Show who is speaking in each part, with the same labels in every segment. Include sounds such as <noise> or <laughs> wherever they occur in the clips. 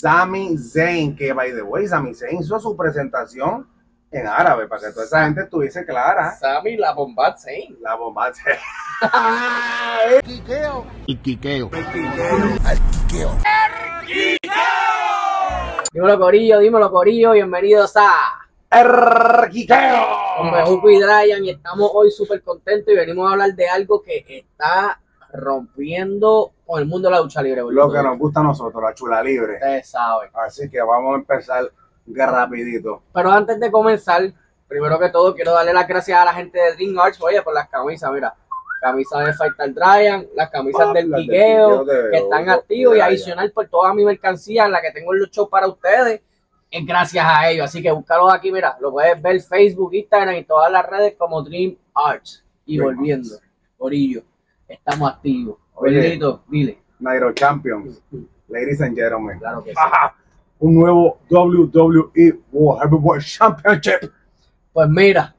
Speaker 1: Sami Zayn, que by the way, Sami Zayn hizo su presentación en árabe para que toda esa gente estuviese clara.
Speaker 2: Sammy la bomba Zayn.
Speaker 1: La bomba Zayn.
Speaker 2: Dímelo Corillo, dímelo Corillo, bienvenidos a Hombre
Speaker 1: ¡Erquiqueo!
Speaker 2: Juco y Dryan y estamos hoy súper contentos y venimos a hablar de algo que está rompiendo con el mundo de la lucha libre. boludo.
Speaker 1: Lo que nos gusta a nosotros, la chula libre.
Speaker 2: Ustedes saben.
Speaker 1: Así que vamos a empezar rapidito.
Speaker 2: Pero antes de comenzar, primero que todo quiero darle las gracias a la gente de Dream Arts, oye, por las camisas, mira. Camisas de Fighter Dryan, las camisas
Speaker 1: Pam,
Speaker 2: del
Speaker 1: Ah, las del
Speaker 2: Quiqueo,
Speaker 1: Quiqueo de
Speaker 2: que están
Speaker 1: Hugo
Speaker 2: activos y
Speaker 1: Dryan.
Speaker 2: adicional por toda mi mercancía en la que tengo el shows para ustedes, es gracias a ellos. Así que búscalos aquí, mira, lo puedes ver Facebook, Instagram y todas las redes como Dream Arts. Y
Speaker 1: Dream
Speaker 2: volviendo, Orillo, estamos activos.
Speaker 1: Oye.
Speaker 2: Gordito, dile.
Speaker 1: Nairo Champions, ladies and gentlemen.
Speaker 2: Claro que sí.
Speaker 1: Ajá, un nuevo WWE World Heavyweight Championship.
Speaker 2: Pues mira,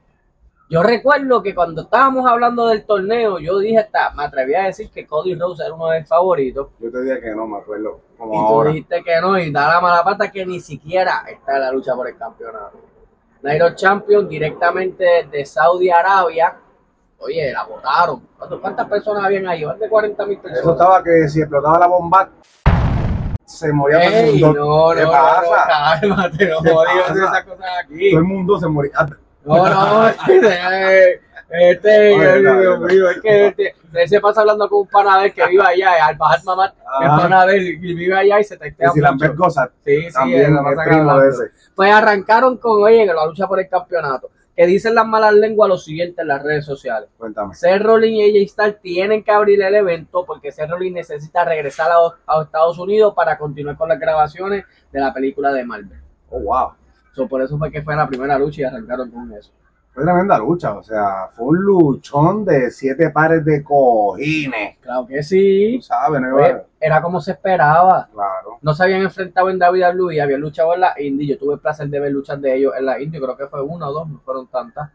Speaker 2: yo recuerdo que cuando estábamos hablando del torneo, yo dije hasta, me atreví a decir que Cody Rose era uno de mis favoritos.
Speaker 1: Yo te dije que no, me acuerdo. Como
Speaker 2: Y tú
Speaker 1: ahora.
Speaker 2: dijiste que no, y da la mala pata que ni siquiera está en la lucha por el campeonato. Nairo Champion directamente desde Saudi Arabia. Oye, la votaron. ¿Cuántas, cuántas personas habían ahí? Más de 40 mil personas.
Speaker 1: Eso estaba que si explotaba la bomba, se moría todo el
Speaker 2: Ey,
Speaker 1: mundo.
Speaker 2: no, no,
Speaker 1: ¿Qué
Speaker 2: no,
Speaker 1: pasa?
Speaker 2: no, cálmate, no
Speaker 1: ¿Qué
Speaker 2: podía hacer
Speaker 1: pasa?
Speaker 2: esas cosas aquí.
Speaker 1: Todo el mundo se moría. Ah,
Speaker 2: No, no, <laughs> este, este,
Speaker 1: Oye,
Speaker 2: Dios
Speaker 1: no, no, no.
Speaker 2: mío, es que este, él se pasa hablando con un pana de él que vive allá, eh, al bajar mamá, el
Speaker 1: Ah.
Speaker 2: pana de él y vive allá y se te
Speaker 1: Y si Lambert Gossard,
Speaker 2: Sí, sí,
Speaker 1: también
Speaker 2: eh,
Speaker 1: es
Speaker 2: la pasa
Speaker 1: primo de
Speaker 2: cagando.
Speaker 1: ese.
Speaker 2: Pues arrancaron con, oye, que la lucha por el campeonato, que dicen las malas lenguas lo siguiente en las redes sociales.
Speaker 1: Cuéntame.
Speaker 2: Seth Rollins y AJ Styles tienen que abrir el evento porque Seth Rollins necesita regresar a, a Estados Unidos para continuar con las grabaciones de la película de Marvel.
Speaker 1: Oh, wow.
Speaker 2: So, por eso fue que fue la primera lucha y arrancaron con eso.
Speaker 1: Fue tremenda lucha, o sea, fue un luchón de siete pares de cojines.
Speaker 2: Claro que sí.
Speaker 1: Tú sabes, no iba
Speaker 2: Oye, era como se esperaba.
Speaker 1: Claro.
Speaker 2: No se habían enfrentado en David y habían luchado en la Indy. Yo tuve el placer de ver luchas de ellos en la Indy, creo que fue una o dos, no fueron tantas.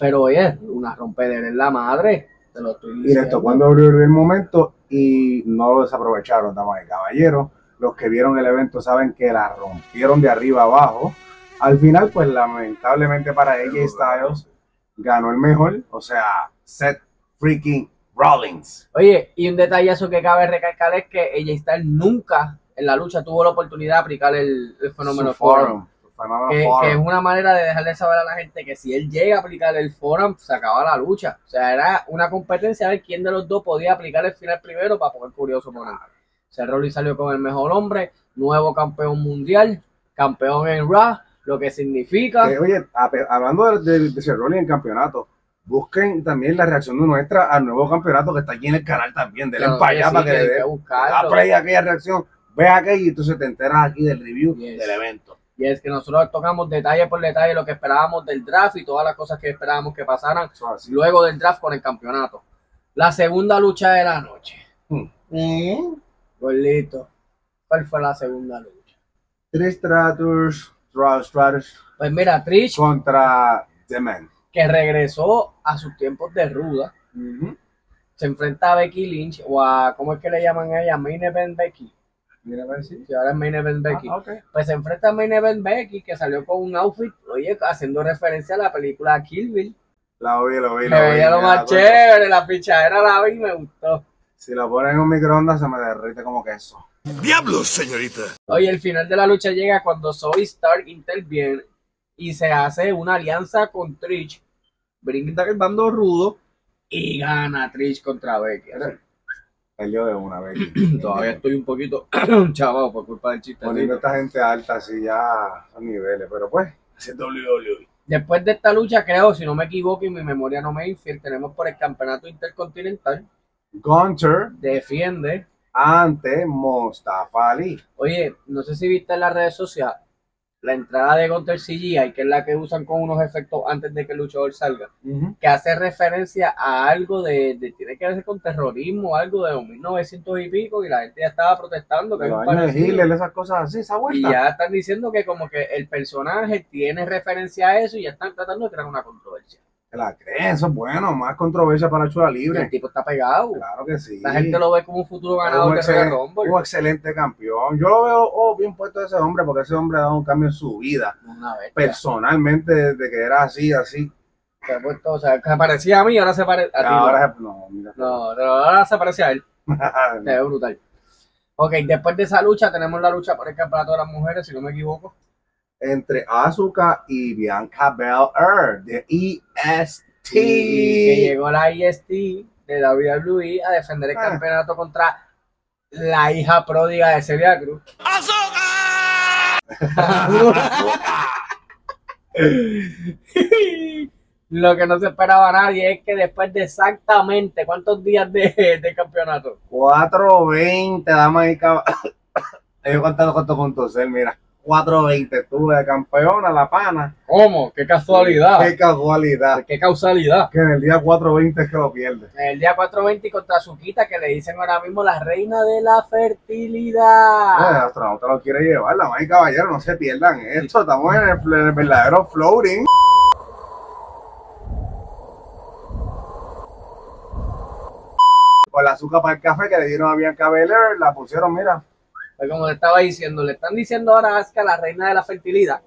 Speaker 2: Pero oye, una rompedera en la madre. Te lo estoy
Speaker 1: Y
Speaker 2: diciendo.
Speaker 1: les tocó en WWE el momento y no lo desaprovecharon, damas y caballeros. Los que vieron el evento saben que la rompieron de arriba abajo. Al final, pues lamentablemente para AJ Styles ganó el mejor, o sea, Seth freaking Rollins.
Speaker 2: Oye, y un detallazo que cabe recalcar es que AJ Styles nunca en la lucha tuvo la oportunidad de aplicar el, el fenómeno
Speaker 1: Su
Speaker 2: forum.
Speaker 1: Su fenómeno
Speaker 2: Que,
Speaker 1: forum.
Speaker 2: que es una manera de dejarle saber a la gente que si él llega a aplicar el forum, se acaba la lucha. O sea, era una competencia a ver quién de los dos podía aplicar el final primero para poner curioso por él. O sea, Rollins salió con el mejor hombre, nuevo campeón mundial, campeón en Raw, lo que significa.
Speaker 1: Que, oye, a pe- hablando de, de, de Seth Rollins en el campeonato, busquen también la reacción de nuestra al nuevo campeonato que está aquí en el canal también. Denle
Speaker 2: Claro
Speaker 1: para
Speaker 2: que
Speaker 1: allá
Speaker 2: sí,
Speaker 1: para que,
Speaker 2: que hay
Speaker 1: le
Speaker 2: que
Speaker 1: den-
Speaker 2: buscarlo.
Speaker 1: da play a Ah, aquella reacción. Ve aquella y entonces te enteras aquí del review
Speaker 2: Yes.
Speaker 1: del evento.
Speaker 2: Y es que nosotros tocamos detalle por detalle lo que esperábamos del draft y todas las cosas que esperábamos que pasaran
Speaker 1: Eso es así.
Speaker 2: luego del draft con el campeonato. La segunda lucha de la noche.
Speaker 1: Hmm.
Speaker 2: Gordito, ¿cuál fue la segunda lucha?
Speaker 1: Tres tratos, tra- tratos
Speaker 2: Pues mira, Trish,
Speaker 1: contra The Man.
Speaker 2: que regresó a sus tiempos de ruda, se enfrenta a Becky Lynch o a, ¿cómo es que le llaman a ella? Main Event Becky.
Speaker 1: Mira, a ver si.
Speaker 2: Y ahora es Main Event Becky.
Speaker 1: Ah, ok.
Speaker 2: Pues se enfrenta a Main Event Becky, que salió con un outfit, oye, haciendo referencia a la película Kill Bill.
Speaker 1: La vi, lo vi.
Speaker 2: Me
Speaker 1: la vi,
Speaker 2: veía lo
Speaker 1: me
Speaker 2: más
Speaker 1: la acuerdo.
Speaker 2: chévere, la pichadera la vi y me gustó.
Speaker 1: Si la ponen en un microondas se me derrite como queso.
Speaker 3: ¡Diablos, señorita!
Speaker 2: Oye, el final de la lucha llega cuando Zoe Stark interviene y se hace una alianza con Trish. Brinda el bando rudo y gana Trish contra Becky. Así
Speaker 1: Perdió de una vez.
Speaker 2: que <coughs> Todavía estoy un poquito <clears throat> chavado por culpa del chiste.
Speaker 1: Poniendo a esta gente alta así ya a niveles, pero pues. Es WWE.
Speaker 2: Después de esta lucha, creo, si no me equivoco y mi memoria no me es infiel, tenemos por el campeonato intercontinental.
Speaker 1: Gunter
Speaker 2: Defiende.
Speaker 1: ante Mustafa Ali.
Speaker 2: Oye, no sé si viste en las redes sociales la entrada de Gunter CGI, que es la que usan con unos efectos antes de que el luchador salga. que hace referencia a algo de, de- tiene que ver con terrorismo, algo de los 1900 y pico, y la gente ya estaba protestando. Que
Speaker 1: Los
Speaker 2: había un
Speaker 1: años de
Speaker 2: parecido.
Speaker 1: Hitler, esas cosas así, esa
Speaker 2: y
Speaker 1: vuelta.
Speaker 2: ya están diciendo que como que el personaje tiene referencia a eso y ya están tratando de crear una controversia.
Speaker 1: la creen, eso es bueno, más controversia para Chula
Speaker 2: El
Speaker 1: Libre.
Speaker 2: tipo está pegado.
Speaker 1: Claro que sí.
Speaker 2: La gente lo ve como un futuro
Speaker 1: un
Speaker 2: ganador de Royal
Speaker 1: excelente,
Speaker 2: Rumble.
Speaker 1: un excelente campeón. Yo lo veo oh, bien puesto ese hombre porque ese hombre ha dado un cambio en su vida.
Speaker 2: Una vez.
Speaker 1: Personalmente, desde que era así, así.
Speaker 2: Se ha puesto, o sea, se parecía a mí y ahora se parece a ti.
Speaker 1: Ahora es- no, mira.
Speaker 2: No, no, ahora se parece a él. Se ve brutal. Ok, después de esa lucha tenemos la lucha por el campeonato de las mujeres, si no me equivoco.
Speaker 1: <laughs> Entre Asuka y Bianca Belair de E EST.
Speaker 2: Y que llegó la IST de la WWE a defender el
Speaker 1: Ah.
Speaker 2: campeonato contra la hija pródiga de Celia Cruz. Lo que no se esperaba nadie es que después de exactamente cuántos días de, de campeonato,
Speaker 1: 420, dama y <coughs> caballeros. Yo contando cuánto con toser, mira. 420, estuve de campeona, la pana.
Speaker 2: ¿cómo? ¡Qué casualidad!
Speaker 1: Qué casualidad.
Speaker 2: ¡Qué causalidad!
Speaker 1: Que en el día 420 es que lo pierde.
Speaker 2: El día 420 contra Suquita, que le dicen ahora mismo la reina de la fertilidad.
Speaker 1: El astronauta lo quiere llevar, la y caballero, no se pierdan esto. Estamos en el, en el verdadero floating. Con la azúcar para el café que le dieron a Bianca Belair, la pusieron, mira,
Speaker 2: Pues como te estaba diciendo, le están diciendo ahora a Asuka la reina de la fertilidad.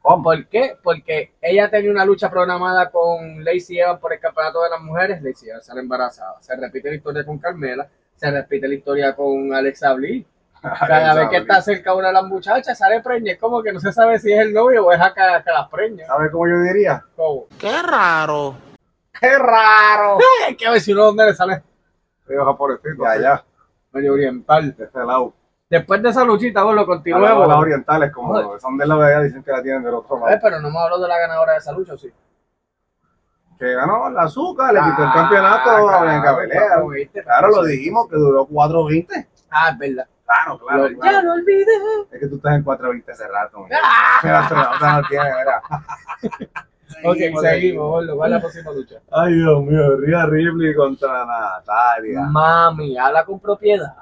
Speaker 1: ¿cómo?
Speaker 2: ¿Por qué? Porque ella tenía una lucha programada con Lacey Evans por el campeonato de las mujeres. Lacey Evans sale embarazada. Se repite la historia con Carmela. Se repite la historia con Alexa
Speaker 1: <laughs>
Speaker 2: Bliss. Cada vez que está cerca una de las muchachas sale preña. Es como que no se sabe si es el novio o es a que, que las preña.
Speaker 1: ¿Sabes cómo yo diría?
Speaker 2: Como,
Speaker 3: ¡Qué raro!
Speaker 1: ¡Qué <laughs> raro!
Speaker 2: Hay que ver si uno dónde le sale
Speaker 1: Digo japonesito. Ya, ya,
Speaker 2: medio oriental.
Speaker 1: de este lado.
Speaker 2: Después de esa luchita, vos lo
Speaker 1: Y luego las
Speaker 2: continuamos.
Speaker 1: orientales, como
Speaker 2: Joder.
Speaker 1: son de la vega, dicen que la tienen del otro
Speaker 2: Eh,
Speaker 1: lado.
Speaker 2: pero no me habló de la ganadora de esa lucha, ¿o sí.
Speaker 1: Que ganó la azúcar, le quitó el
Speaker 2: Ah,
Speaker 1: campeonato a
Speaker 2: claro,
Speaker 1: Bianca Belair.
Speaker 2: claro, viste.
Speaker 1: Claro, lo dijimos que duró 4.20.
Speaker 2: Ah, es verdad.
Speaker 1: Claro, claro,
Speaker 2: Lo-
Speaker 1: claro.
Speaker 2: lo olvidé.
Speaker 1: Es que tú estás en 4.20 hace rato. mira.
Speaker 2: Ah.
Speaker 1: Pero astronauta no tiene, mira.
Speaker 2: Ok, seguimos, Gordo. ¿Cuál es la próxima lucha?
Speaker 1: Ay, Dios mío, Rhea Ripley contra Natalia.
Speaker 2: Mami, habla con propiedad.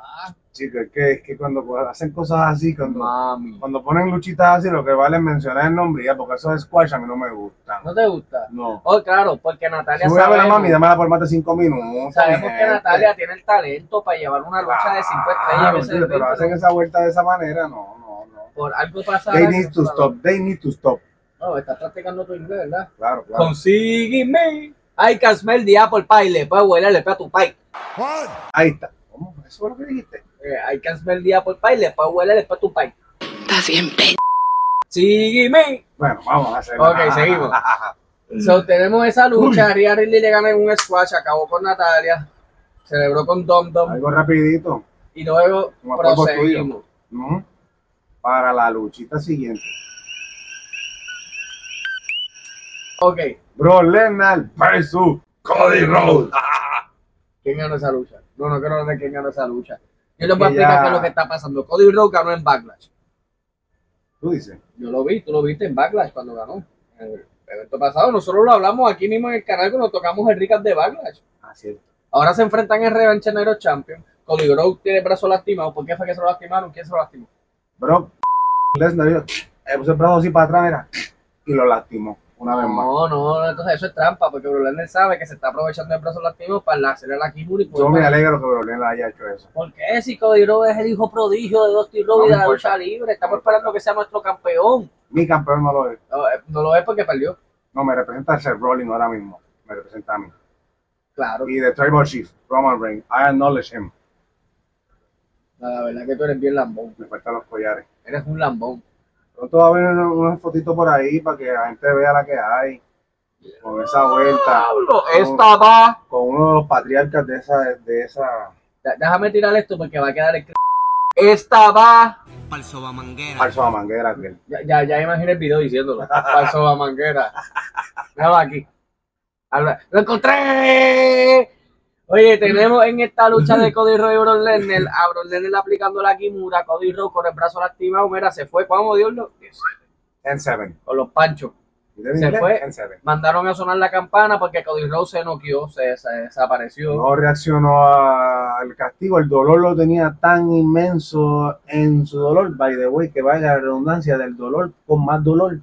Speaker 1: Chicos, es que, es que cuando hacen cosas así, cuando,
Speaker 2: Mami.
Speaker 1: cuando ponen luchitas así, lo que vale es mencionar el nombre, ya, porque esos squash a mí no me gustan.
Speaker 2: ¿No te gusta?
Speaker 1: No.
Speaker 2: Oh, claro, porque Natalia
Speaker 1: Si voy a ver a
Speaker 2: sabemos,
Speaker 1: mami, dámela por más de 5 minutos.
Speaker 2: sabemos
Speaker 1: mi
Speaker 2: que
Speaker 1: gente.
Speaker 2: Natalia tiene el talento para llevar una lucha de cinco estrellas. a
Speaker 1: Claro,
Speaker 2: veces
Speaker 1: tío, Ah, pero
Speaker 2: veinte,
Speaker 1: hacen
Speaker 2: ¿no?
Speaker 1: esa vuelta de esa manera, no, no, no.
Speaker 2: Por algo pasa.
Speaker 1: They
Speaker 2: algo,
Speaker 1: need to
Speaker 2: ¿no?
Speaker 1: stop, they need to stop.
Speaker 2: No, estás practicando tu inglés, ¿verdad?
Speaker 1: Claro, claro.
Speaker 2: Consígueme. Ay, can smell the apple pie. Le puedo huelerle pe a tu pie.
Speaker 1: Ahí está. ¿Cómo? ¿Eso es lo que dijiste?
Speaker 2: Eh, Ay, can smell the apple pie. Le puedo huelerle pe a tu pie.
Speaker 3: Estás bien, pe...
Speaker 2: Sígueme.
Speaker 1: Bueno, vamos a hacer.
Speaker 2: Ok, seguimos. So, tenemos esa lucha. Rhea Ripley le gana en un squash. Acabó con Natalia. Celebró con Dom
Speaker 1: <laughs>
Speaker 2: Dom.
Speaker 1: Algo rapidito.
Speaker 2: y luego
Speaker 1: Como acuerdo
Speaker 2: proseguimos.
Speaker 1: ¿no? Para la luchita siguiente.
Speaker 2: Ok,
Speaker 1: Bro Lesnar versus Cody
Speaker 2: <laughs>
Speaker 1: Rhodes.
Speaker 2: ¿quién ganó esa lucha? No, no quiero ver quién ganó esa lucha. Yo les
Speaker 1: Que
Speaker 2: voy a explicar
Speaker 1: ya-
Speaker 2: qué es lo que está pasando. Cody Rhodes ganó en Backlash.
Speaker 1: Tú dices.
Speaker 2: Yo lo vi, tú lo viste en Backlash cuando ganó. En el evento pasado, nosotros lo hablamos aquí mismo en el canal cuando tocamos el Ricas de Backlash.
Speaker 1: Ah, cierto.
Speaker 2: Ahora se enfrentan en Revancha Negro Champion. Cody Rhodes tiene el brazo lastimado. ¿Por qué fue que se lo lastimaron? ¿Quién se lo lastimó?
Speaker 1: Bro <laughs> Lesnar yo, le puso el brazo así para atrás, mira, y lo lastimó una vez más.
Speaker 2: No, no, entonces eso es trampa, porque Bro Lesnar sabe que se está aprovechando el brazo lastimado para hacerle la Kimura y
Speaker 1: Yo me
Speaker 2: poder-
Speaker 1: alegro que Bro Lesnar haya hecho eso.
Speaker 2: ¿Por qué? Si Cody Rhodes es el hijo prodigio de Dusty Rhodes
Speaker 1: No
Speaker 2: y de
Speaker 1: me
Speaker 2: la
Speaker 1: importa.
Speaker 2: lucha libre, estamos esperando que sea nuestro campeón.
Speaker 1: Mi campeón no lo es.
Speaker 2: No, eh, no lo es porque perdió.
Speaker 1: No, me representa Seth Rollins ahora mismo. Me representa a mí.
Speaker 2: Claro,
Speaker 1: Y The Tribal Chief, Roman Reigns. I acknowledge him.
Speaker 2: la verdad que tú eres bien lambón.
Speaker 1: Me faltan los collares.
Speaker 2: Eres un lambón.
Speaker 1: Pronto va a haber unos- unas fotitos por ahí para que la gente vea la que hay. Con esa vuelta.
Speaker 2: esta va.
Speaker 1: Con uno de los patriarcas de esa, de esa
Speaker 2: Da- Déjame tirar esto porque va a quedar el... cl- Esta va.
Speaker 1: falsa manguera. aquel.
Speaker 2: Ya, ya, ya imaginé el video diciéndolo. Pasó a manguera. Déjame aquí. Habla- ¡Lo encontré! Oye, tenemos en esta lucha de Cody Rhodes y Bron Lesnar, a Bron Lesnar aplicando la Kimura, Cody Rhodes con el brazo lastimado, mira, se fue, ¿cómo Dios lo?
Speaker 1: En Seven.
Speaker 2: Con los panchos.
Speaker 1: ¿Y de
Speaker 2: Se
Speaker 1: inglés?
Speaker 2: fue.
Speaker 1: En Seven.
Speaker 2: Mandaron a sonar la campana porque Cody Rhodes se noqueó, se, se desapareció.
Speaker 1: No reaccionó a- al castigo, el dolor lo tenía tan inmenso en su dolor, by the way, que vaya la redundancia del dolor con más dolor,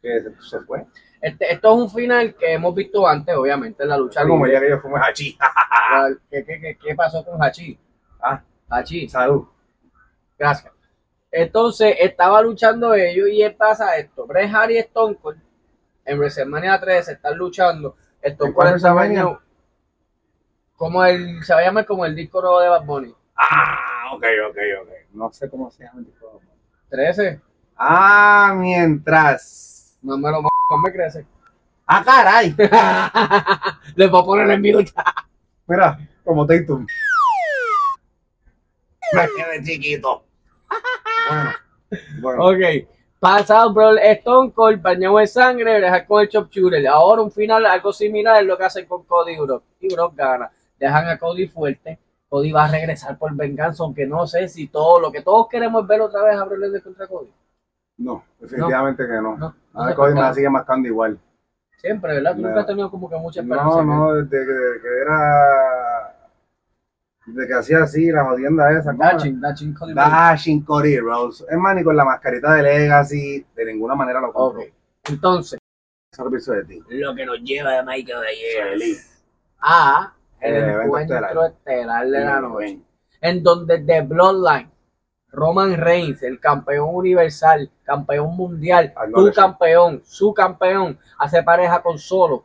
Speaker 1: que se- se fue.
Speaker 2: Este, esto es un final que hemos visto antes, obviamente, en la lucha
Speaker 1: Como
Speaker 2: libre.
Speaker 1: ya que yo fumo hachi.
Speaker 2: Ah, ¿Qué, qué, qué- qué pasó con Hachi?
Speaker 1: Ah.
Speaker 2: Hachi,
Speaker 1: Salud.
Speaker 2: gracias. Entonces, estaba luchando ellos y pasa esto. Bret Hart y Stone Cold en WrestleMania 3 están luchando. Stone
Speaker 1: ¿En
Speaker 2: Cold
Speaker 1: cuál
Speaker 2: está
Speaker 1: WrestleMania?
Speaker 2: bañado. Como el, se va a llamar como el disco nuevo de Bad Bunny.
Speaker 1: Ah, ok, ok, ok. No sé cómo se llama el disco.
Speaker 2: 13,
Speaker 1: Ah, mientras.
Speaker 2: no me lo m- no me crece.
Speaker 1: Ah, caray.
Speaker 2: Les voy a poner en mute.
Speaker 1: Mira, como Tatum. Me quedé chiquito. Bueno, bueno.
Speaker 2: Ok. Pasado por Stone Cold, bañado en sangre, dejar con el Chop Shooter. Ahora un final, algo similar es lo que hacen con Cody y Brock. Y Brock gana. Dejan a Cody fuerte. Cody va a regresar por venganza, aunque no sé si todo lo que todos queremos es ver otra vez a Brock Lesnar contra Cody.
Speaker 1: No, definitivamente que no.
Speaker 2: No,
Speaker 1: A
Speaker 2: no sé
Speaker 1: ver, Ah,
Speaker 2: por
Speaker 1: Cody
Speaker 2: qué.
Speaker 1: me la sigue marcando igual.
Speaker 2: Siempre, ¿verdad? Tú
Speaker 1: No.
Speaker 2: nunca has tenido como que mucha esperanza.
Speaker 1: No, no, desde que, desde que era. Desde que hacía así, la jodienda esa. ¿cómo era?
Speaker 2: Daching, Daching Cody. Brock.
Speaker 1: Dashing Cody Rhodes. Es más, ni con la mascarita de Legacy, de ninguna manera lo
Speaker 2: Ok.
Speaker 1: compro.
Speaker 2: Entonces,
Speaker 1: Eso lo pienso de ti.
Speaker 2: lo que nos lleva de Michael
Speaker 1: Feliz.
Speaker 2: Ah, el
Speaker 1: El Eh, evento
Speaker 2: encuentro
Speaker 1: estelar.
Speaker 2: estelar de la noche. en donde The Bloodline, Roman Reigns, el campeón universal, campeón mundial,
Speaker 1: Arnold
Speaker 2: tu
Speaker 1: Schwarzenegger.
Speaker 2: campeón, su campeón, hace pareja con Solo,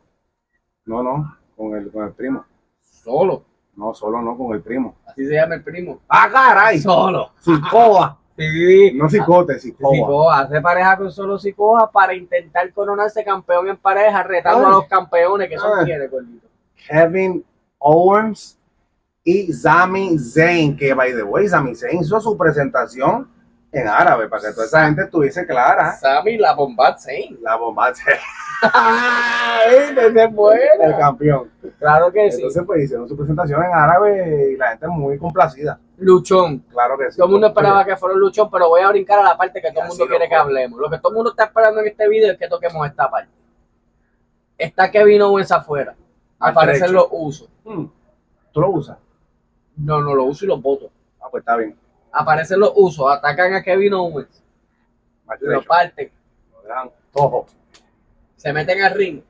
Speaker 1: No, no, con el, con el primo.
Speaker 2: Solo,
Speaker 1: No, solo no, con el primo.
Speaker 2: así se llama el primo,
Speaker 1: ¡Ah, caray!
Speaker 2: Solo,
Speaker 1: ¡Psicoa!
Speaker 2: Ah, sí,
Speaker 1: No psicote, psicoa.
Speaker 2: Sikoa, hace pareja con Solo Sikoa para intentar coronarse campeón en pareja, retando
Speaker 1: Ay.
Speaker 2: a los campeones que son
Speaker 1: Ay.
Speaker 2: quienes, gordito.
Speaker 1: Kevin Owens y Sami Zayn. Que, by the way, Sami Zayn hizo su presentación en árabe para que toda esa gente estuviese clara.
Speaker 2: Sammy la bomba Zayn.
Speaker 1: La <laughs> bomba
Speaker 2: Ese es
Speaker 1: el
Speaker 2: bueno.
Speaker 1: campeón.
Speaker 2: Claro que sí.
Speaker 1: Entonces, pues hicieron su presentación en árabe y la gente muy complacida.
Speaker 2: Luchón.
Speaker 1: Claro que sí.
Speaker 2: Todo el mundo esperaba que fuera un luchón, pero voy a brincar a la parte que todo el
Speaker 1: Así
Speaker 2: mundo
Speaker 1: lo
Speaker 2: quiere que
Speaker 1: fue.
Speaker 2: hablemos. Lo que todo el mundo está esperando en este video es que toquemos esta parte. Está Kevin Owens afuera. Al
Speaker 1: Maltrecho.
Speaker 2: parecer lo uso.
Speaker 1: Hmm, ¿Tú lo usas?
Speaker 2: No, no lo uso y los voto.
Speaker 1: Ah, pues está bien.
Speaker 2: Aparecen los usos, atacan a Kevin Owens,
Speaker 1: Maltrecho.
Speaker 2: lo parten,
Speaker 1: Lo dejan Ojo.
Speaker 2: se meten al ring,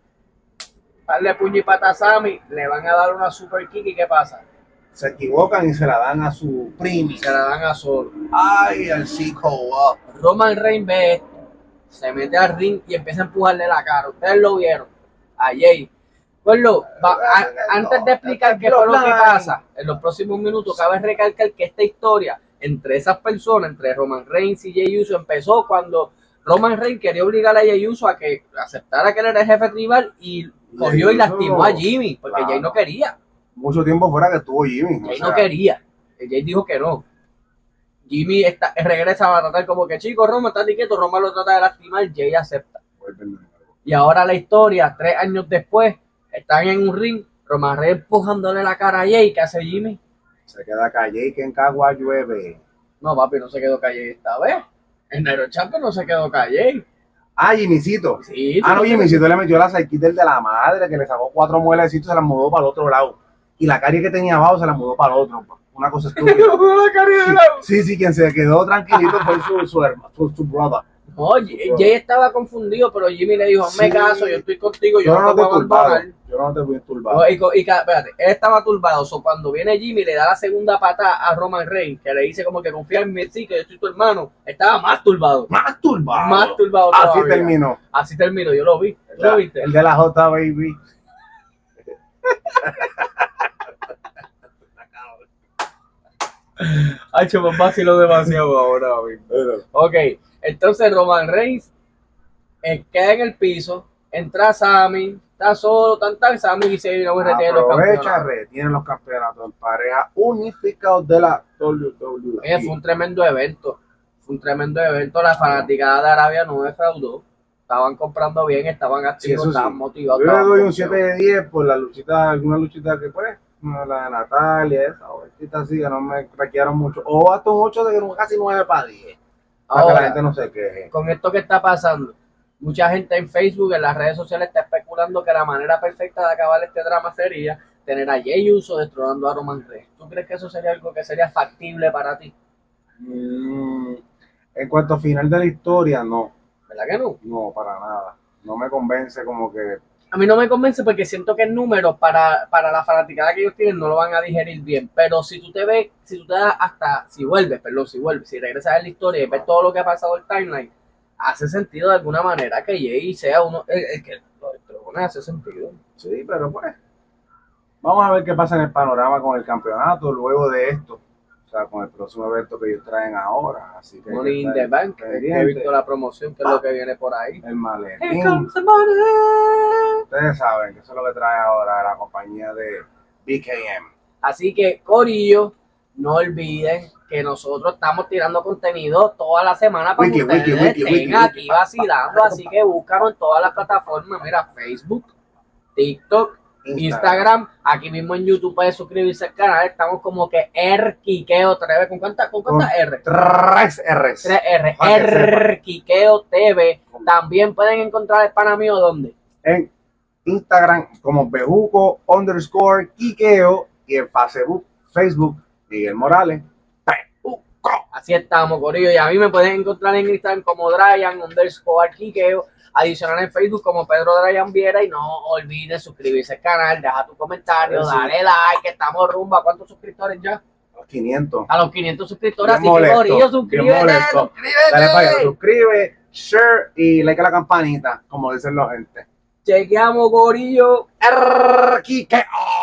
Speaker 2: darle puño y pata a Sammy, le van a dar una super kick y ¿qué pasa?
Speaker 1: Se equivocan y se la dan a su primo.
Speaker 2: Se la dan a solo.
Speaker 1: Ay, el psicoa.
Speaker 2: Roman Reigns ve esto, se mete al ring y empieza a empujarle la cara. Ustedes lo vieron. A Jay. Pues lo- va- a- antes de explicar qué fue lo que pasa, en los próximos minutos cabe recalcar que esta historia entre esas personas, entre Roman Reigns y Jay Uso, empezó cuando Roman Reigns quería obligar a Jay Uso a que aceptara que él era el jefe tribal y cogió
Speaker 1: Uso,
Speaker 2: y lastimó a Jimmy, porque
Speaker 1: claro.
Speaker 2: Jay no quería.
Speaker 1: Mucho tiempo fuera que estuvo Jimmy. o
Speaker 2: Jay
Speaker 1: sea,
Speaker 2: no quería. Jay dijo que no. Jimmy está, regresa a tratar como que chico, Roma está quieto, Roma lo trata de lastimar, Jay acepta.
Speaker 1: vuelven de nuevo.
Speaker 2: Y ahora la historia, tres años después, están en un ring, Roman Reigns empujándole la cara a Jay, ¿qué hace Jimmy?
Speaker 1: Se queda calle y que en Cagua llueve.
Speaker 2: No, papi, no se quedó calle esta vez. En Nairo Champion no se quedó calle.
Speaker 1: Ah, Jimmycito.
Speaker 2: Sí,
Speaker 1: Ah, no,
Speaker 2: tú- <laughs>
Speaker 1: Jimmycito le metió la sidekick del de la madre, que le sacó cuatro muelecitos y se las mudó para el otro lado. Y la calle que tenía abajo se la mudó para el otro. Una
Speaker 2: <laughs>
Speaker 1: cosa estúpida.
Speaker 2: La cara de la-
Speaker 1: Sí, sí, quien se quedó tranquilito fue su, su hermano, su, su brother.
Speaker 2: No, Jay Jay estaba confundido, pero Jimmy le dijo, hazme
Speaker 1: Sí.
Speaker 2: caso, yo estoy contigo, yo,
Speaker 1: Yo no
Speaker 2: no
Speaker 1: te
Speaker 2: te voy a
Speaker 1: turbado.
Speaker 2: abandonar.
Speaker 1: Yo no te fui turbado.
Speaker 2: No, eh, y, co- y ca- espérate, él estaba turbado. so, cuando viene Jimmy, le da la segunda pata a Roman Reigns, que le dice como que confía en mí, sí, que yo soy tu hermano. Estaba más turbado.
Speaker 1: Más turbado.
Speaker 2: Más turbado.
Speaker 1: Así
Speaker 2: todavía.
Speaker 1: terminó.
Speaker 2: Así terminó, yo lo vi. ¿Tú
Speaker 1: La-
Speaker 2: lo viste?
Speaker 1: el de la J Baby.
Speaker 2: Ha hecho más pues, vacilo demasiado ahora mismo. Ok, entonces Roman Reigns eh, queda en el piso, entra Sammy, está solo, tan tan Sammy y se viene a de los
Speaker 1: Ah, Aprovecha,
Speaker 2: campeonatos.
Speaker 1: retiene los campeonatos en pareja unificados de la E.
Speaker 2: Oye, fue
Speaker 1: WWE.
Speaker 2: un tremendo evento. Fue un tremendo evento. La fanaticada de Arabia no defraudó. Estaban comprando bien, estaban activos,
Speaker 1: Sí, eso sí.
Speaker 2: estaban motivados.
Speaker 1: Yo le
Speaker 2: estaban
Speaker 1: doy un
Speaker 2: confiados.
Speaker 1: 7 de 10 por la luchita, alguna luchita que pues, no, la de Natalia, esa o esta así que no me craquearon mucho. O hasta un 8 de casi 9 para 10. Para que la
Speaker 2: Ahora,
Speaker 1: gente no se queje.
Speaker 2: con esto que está pasando, mucha gente en Facebook, en las redes sociales, está especulando que la manera perfecta de acabar este drama sería tener a Jey Uso destronando a Roman Reigns. ¿Tú crees que eso sería algo que sería factible para ti?
Speaker 1: Mm, en cuanto a final de la historia, no,
Speaker 2: ¿Verdad que no?
Speaker 1: no, para nada. no me convence como que
Speaker 2: A mí no me convence porque siento que el número para, para la fanaticada que ellos tienen no lo van a digerir bien. Pero si tú te ves, si tú te das hasta, si vuelves, perdón, si vuelves, si regresas a la historia y ves todo lo que ha pasado en el timeline, hace sentido de alguna manera que Jay sea uno, el, el que lo destrone, hace sentido.
Speaker 1: Sí, pero pues. Vamos a ver qué pasa en el panorama con el campeonato luego de esto. O sea, con el próximo evento que ellos traen ahora. Así que. hay que
Speaker 2: Money in the
Speaker 1: estar
Speaker 2: Bank, que he
Speaker 1: pendiente.
Speaker 2: visto la promoción, que es lo que viene por ahí.
Speaker 1: El
Speaker 2: Here
Speaker 1: maletín.
Speaker 2: comes the money.
Speaker 1: Ustedes saben que eso es lo que trae ahora la compañía de BKM.
Speaker 2: Así que, Corillo, no olviden que nosotros estamos tirando contenido toda la semana para
Speaker 1: Wiki,
Speaker 2: que ustedes
Speaker 1: wiki, wiki,
Speaker 2: estén
Speaker 1: wiki,
Speaker 2: aquí
Speaker 1: wiki, pa, pa,
Speaker 2: vacilando.
Speaker 1: pa, pa,
Speaker 2: así que búscanos en todas las plataformas. Mira, Facebook, TikTok, Instagram. Aquí mismo en YouTube puedes suscribirse al canal. Estamos como que Erquiqueo TV. ¿Con cuánta, con cuánta
Speaker 1: Con
Speaker 2: R?
Speaker 1: Tres R's.
Speaker 2: 3R.
Speaker 1: Para que sepa.
Speaker 2: Erquiqueo TV. También pueden encontrar el pana mío donde.
Speaker 1: En Instagram como Bejuco underscore Kikeo y en Facebook, Facebook Miguel Morales.
Speaker 2: Así estamos, Corillo. Y a mí me pueden encontrar en Instagram como Dryan underscore Quiqueo. Adicional en Facebook como Pedro Dryan Viera. Y no olvides suscribirse al canal, deja tu comentario,
Speaker 1: Sí.
Speaker 2: dale like, que estamos rumba. ¿Cuántos suscriptores ya?
Speaker 1: Los 500.
Speaker 2: A los 500 suscriptores. Así
Speaker 1: Bien
Speaker 2: que,
Speaker 1: molesto,
Speaker 2: Corillo,
Speaker 1: bien
Speaker 2: suscríbete,
Speaker 1: molesto. Dale para allá,
Speaker 2: suscríbete.
Speaker 1: suscribe, share y like a la campanita, como dicen la gente.
Speaker 2: Chequeamos, Corillo.
Speaker 1: Erquiqueo.